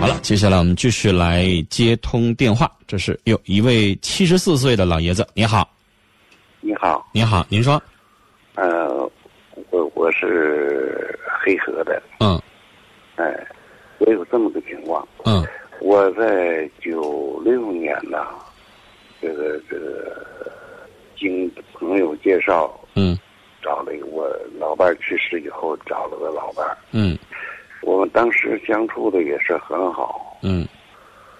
好了，接下来我们继续来接通电话。这是有一位七十四岁的老爷子，你好，你好，你好，您说，呃，我我是黑河的，嗯哎、我有这么个情况，嗯我在九六年呢，这个这个经朋友介绍嗯找了一个我老伴儿去世以后找了个老伴儿，嗯我们当时相处的也是很好，嗯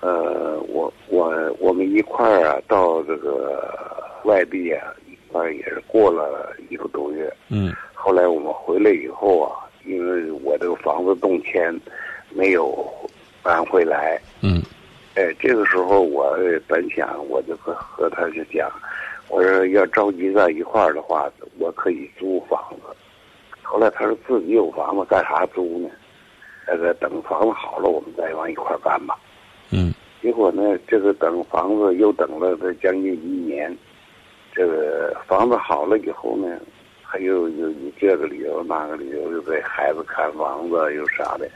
呃，我我我们一块儿啊到这个外地啊一块儿也是过了一个多月，嗯后来我们回来以后啊，因为我这个房子动迁，没有搬回来。嗯哎，这个时候我本想，我就和和他就讲，我说要着急在一块儿的话，我可以租房子。后来他说自己有房子干啥租呢？那个等房子好了，我们再往一块儿搬吧。嗯结果呢，这个等房子又等了这将近一年，这个房子好了以后呢，还有有有这个理由那个理由，又给孩子看房子又啥的，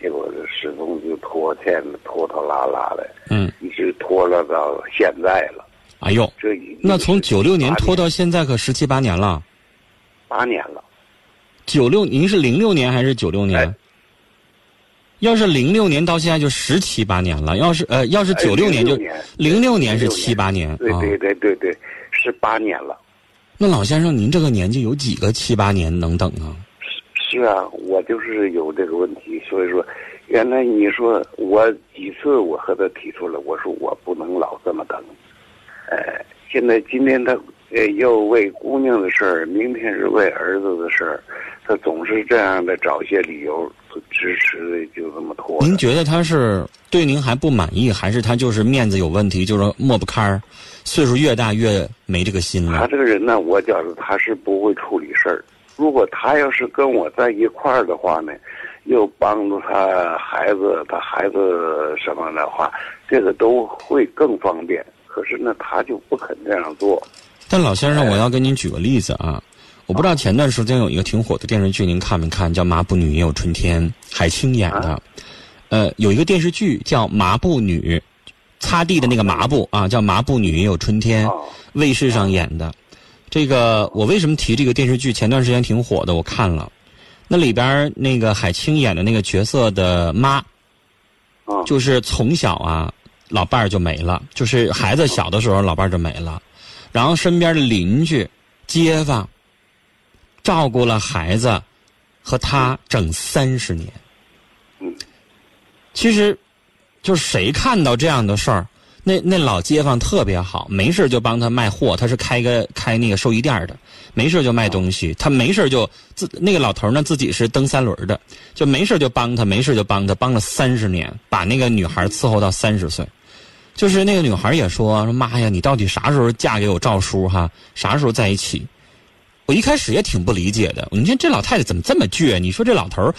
结果这始终就拖欠拖拖拉拉的，嗯，一直拖了到现在了。哎呦，这已那从九六年拖到现在可十七八年了。八年了，九六，您是零六年还是九六年？哎要是零六年到现在就十七八年了，要是呃，要是哎九六年就06零六年是06七八年对啊。对对对对，是八年了。那老先生，您这个年纪有几个七八年能等啊？是啊，我就是有这个问题，所以说，原来你说我几次我和他提出了，我说我不能老这么等，呃，现在今天他呃又为姑娘的事儿，明天是为儿子的事儿，他总是这样的找些理由支持，就这么拖着。您觉得他是对您还不满意，还是他就是面子有问题，就是抹不开儿？岁数越大越没这个心他了。这个人呢，我觉得他是不会处理事儿。如果他要是跟我在一块儿的话呢，又帮助他孩子，他孩子什么的话，这个都会更方便。可是呢，他就不肯这样做。但老先生，我要跟您举个例子啊，我不知道前段时间有一个挺火的电视剧，您看没看？叫《麻布女也有春天》，海清演的。呃，有一个电视剧叫《麻布女》，擦地的那个麻布啊，叫《麻布女也有春天》。啊，卫视上演的。这个我为什么提这个电视剧？前段时间挺火的，我看了。那里边儿那个海清演的那个角色的妈，啊，就是从小啊，老伴儿就没了，就是孩子小的时候老伴儿就没了，然后身边的邻居、街坊照顾了孩子和他整三十年。嗯，其实，就是谁看到这样的事儿，那那老街坊特别好，没事就帮他卖货，他是开个开那个寿衣店儿的，没事就卖东西，他没事就自那个老头儿呢自己是蹬三轮儿的，就没事就帮他，没事就帮他，帮了三十年，把那个女孩伺候到三十岁。就是那个女孩也说说妈呀，你到底啥时候嫁给我赵叔哈？啥时候在一起？我一开始也挺不理解的，你看这老太太怎么这么倔？你说这老头儿